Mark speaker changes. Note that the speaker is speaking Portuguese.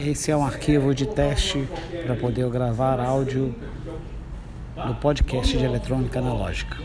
Speaker 1: Esse é um arquivo de teste para poder gravar áudio do podcast de eletrônica analógica.